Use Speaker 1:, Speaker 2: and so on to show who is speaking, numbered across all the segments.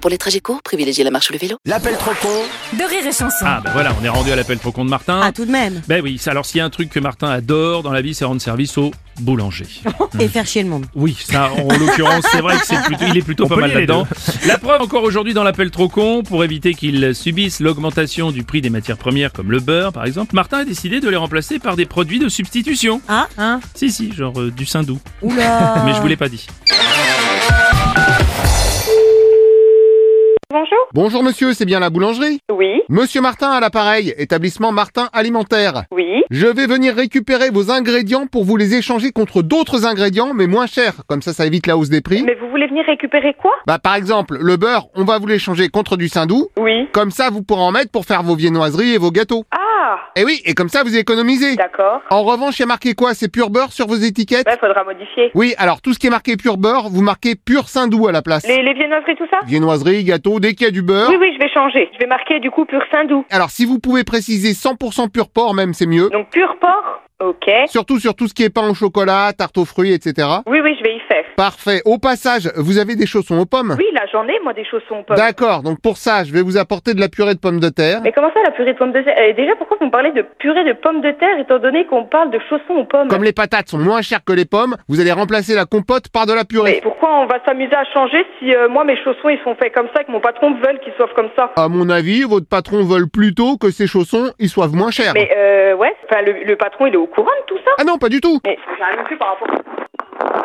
Speaker 1: Pour les trajets courts, privilégiez la marche ou le vélo.
Speaker 2: L'appel trop con
Speaker 3: de rire et chanson.
Speaker 4: Ah bah voilà, on est rendu à l'appel trop con de Martin.
Speaker 3: Ah, tout de même.
Speaker 4: Ben oui, alors s'il y a un truc que Martin adore dans la vie, c'est rendre service au boulanger.
Speaker 3: Et faire chier le monde.
Speaker 4: Oui, ça en l'occurrence, c'est vrai que c'est plutôt, il est plutôt pas mal là-dedans. La preuve encore aujourd'hui dans l'appel trop con, pour éviter qu'ils subissent l'augmentation du prix des matières premières comme le beurre par exemple, Martin a décidé de les remplacer par des produits de substitution.
Speaker 3: Ah, hein
Speaker 4: Si si, genre euh, du saindoux.
Speaker 3: Oula
Speaker 5: Ah.
Speaker 4: Mais je vous l'ai pas dit.
Speaker 6: Bonjour.
Speaker 7: Bonjour monsieur, c'est bien la boulangerie
Speaker 6: Oui,
Speaker 7: Monsieur Martin à l'appareil, établissement Martin Alimentaire.
Speaker 6: oui.
Speaker 7: Je vais venir récupérer vos ingrédients pour vous les échanger contre d'autres ingrédients mais moins chers, comme ça ça évite la hausse des prix.
Speaker 6: Mais vous voulez venir récupérer quoi
Speaker 7: Bah par exemple, le beurre, on va vous l'échanger contre du saindoux,
Speaker 6: Oui.
Speaker 7: comme ça vous pourrez en mettre pour faire vos viennoiseries et vos gâteaux.
Speaker 6: Ah,
Speaker 7: Et oui, et comme ça vous économisez.
Speaker 6: d'accord.
Speaker 7: En revanche, il y a marqué quoi C'est pur beurre sur vos étiquettes
Speaker 6: Bah, faudra modifier.
Speaker 7: Oui, alors tout ce qui est marqué pur beurre, vous marquez pur saindoux à la place.
Speaker 6: Les, les viennoiseries, tout ça
Speaker 7: Viennoiserie, gâteau, dès qu'il y a du beurre.
Speaker 6: Oui, oui, je vais changer. Je vais marquer du coup pur Sindou.
Speaker 7: Alors si vous pouvez préciser 100% pur porc même, c'est mieux.
Speaker 6: Donc pur porc Ok.
Speaker 7: Surtout sur tout ce qui est pain au chocolat, tarte aux fruits, etc.
Speaker 6: Oui, oui, je vais y faire.
Speaker 7: Parfait. Au passage, vous avez des chaussons aux pommes
Speaker 6: Oui, là, j'en ai, moi, des chaussons aux pommes.
Speaker 7: D'accord, donc pour ça, je vais vous apporter de la purée de pommes de terre.
Speaker 6: Mais comment ça, la purée de pommes de terre Et Déjà, pourquoi vous me parlez de purée de pommes de terre étant donné qu'on parle de chaussons aux pommes
Speaker 7: Comme les patates sont moins chères que les pommes, vous allez remplacer la compote par de la
Speaker 6: Mais
Speaker 7: purée.
Speaker 6: pourquoi on va s'amuser à changer si euh, moi, mes chaussons, ils sont faits comme ça et que mon patron veut qu'ils soient comme ça
Speaker 7: À mon avis, votre patron veut plutôt que ces chaussons, ils soient moins chers.
Speaker 6: Mais euh, ouais, enfin, le, le patron, il est au courant de tout ça
Speaker 7: Ah non, pas du tout
Speaker 6: Mais j'ai rien vu par rapport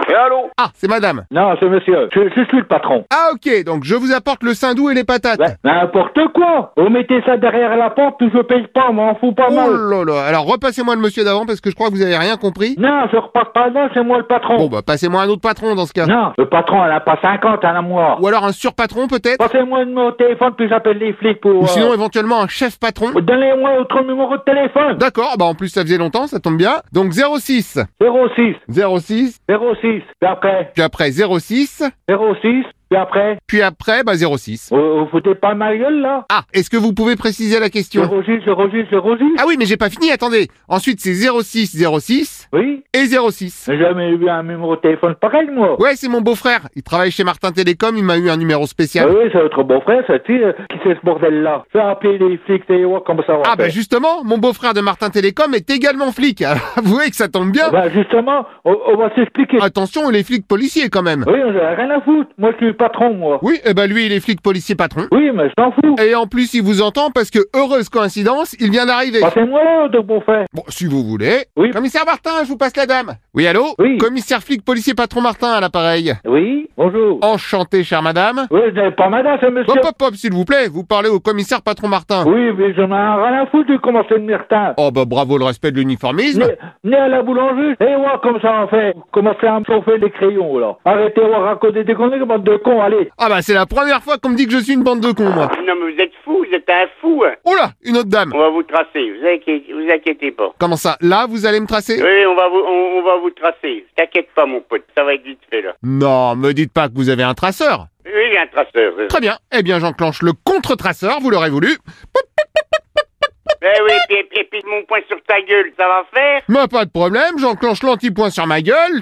Speaker 8: Et allô
Speaker 7: Ah, c'est madame.
Speaker 8: Non, c'est monsieur. Je, je suis le patron.
Speaker 7: Ah ok, donc je vous apporte le saindoux et les patates.
Speaker 8: Ouais, N'importe quoi Vous mettez ça derrière la porte, je paye pas, m'en fous pas
Speaker 7: Oh
Speaker 8: mal.
Speaker 7: là là, alors repassez-moi le monsieur d'avant parce que je crois que vous avez rien compris.
Speaker 8: Non, je repars pas là, c'est moi le patron.
Speaker 7: Bon ben. bah passez-moi un autre patron dans ce cas.
Speaker 8: Non, le patron, elle a pas 50, elle a moi.
Speaker 7: Ou alors un surpatron peut-être
Speaker 8: Passez-moi le numéro de téléphone, puis j'appelle les flics pour...
Speaker 7: Ou sinon
Speaker 8: euh,
Speaker 7: éventuellement un chef patron
Speaker 8: Donnez-moi votre numéro de téléphone.
Speaker 7: D'accord, bah en plus ça faisait longtemps, ça tombe bien. Donc 06,
Speaker 8: 06,
Speaker 7: 06,
Speaker 8: 06, puis après,
Speaker 7: puis après 06,
Speaker 8: 06, puis après.
Speaker 7: puis après bah 06.
Speaker 8: Vous, vous foutez pas ma gueule, là
Speaker 7: Ah, est-ce que vous pouvez préciser la question
Speaker 8: 06, 06, 06
Speaker 7: Ah oui, mais j'ai pas fini, attendez. Ensuite c'est 06, 06
Speaker 8: Oui
Speaker 7: et 06.
Speaker 8: J'ai jamais eu un numéro de téléphone pareil, moi.
Speaker 7: Ouais, c'est mon beau-frère, il travaille chez Martin Télécom, il m'a eu un numéro
Speaker 8: Ah
Speaker 7: spécial.
Speaker 8: oui, c'est votre beau-frère, ça, tu sais, euh, qui c'est ce bordel-là Fais appeler les flics, et voir comment ça va
Speaker 7: Ah bah
Speaker 8: faire.
Speaker 7: justement, mon beau-frère de Martin Télécom est également flic. Alors, Avouez que ça tombe bien.
Speaker 8: Bah, justement, on, on va s'expliquer.
Speaker 7: Ah. Attention, il est flic policier quand même.
Speaker 8: Oui, on a rien à foutre. Moi, je suis le patron, moi.
Speaker 7: Oui, eh bah lui, il est flic policier patron.
Speaker 8: Oui, mais je t'en fous.
Speaker 7: Et en plus, il vous entend parce que, heureuse coïncidence, il vient d'arriver.
Speaker 8: Passez-moi là, de beau-frère.
Speaker 7: Bon, si vous voulez.
Speaker 8: Ah. Oui.
Speaker 7: Commissaire Martin, je vous passe la dame. Oui, allô
Speaker 8: Oui.
Speaker 7: Commissaire flic policier patron Martin à l'appareil.
Speaker 8: Oui, bonjour.
Speaker 7: Enchanté, chère madame.
Speaker 8: Oui, je n'ai pas madame, c'est monsieur.
Speaker 7: Ah. Hop, hop, hop, s'il vous plaît, vous parlez au commissaire patron Martin.
Speaker 8: Oui, mais je n'en ai rien à foutre de commencer le mirtin.
Speaker 7: Oh, bah bravo le respect de l'uniformisme.
Speaker 8: Venez venez à la boulangerie et voir comme ça on fait. Commencez à me chauffer les crayons, là. Arrêtez de raconter des conneries, bande de cons, allez.
Speaker 7: Ah, bah c'est la première fois qu'on me dit que je suis une bande de cons, moi.
Speaker 9: Non, mais vous êtes fou, vous êtes un fou. hein.
Speaker 7: Oh là, une autre dame.
Speaker 9: On va vous tracer, vous inquiétez, vous inquiétez pas.
Speaker 7: Comment ça Là, vous allez me tracer
Speaker 9: Oui, on va vous, on, on va vous tracer. T'inquiète pas, mon pote, ça va être vite fait, là.
Speaker 7: Non, me dites pas que vous avez un traceur.
Speaker 9: Oui, il y a un traceur. euh.
Speaker 7: Très bien. Eh bien, j'enclenche le contre-traceur, vous l'aurez voulu.
Speaker 9: Ben oui, et puis, et puis mon poing sur ta gueule, ça va faire
Speaker 7: Mais pas de problème, j'enclenche l'antipoint sur ma gueule.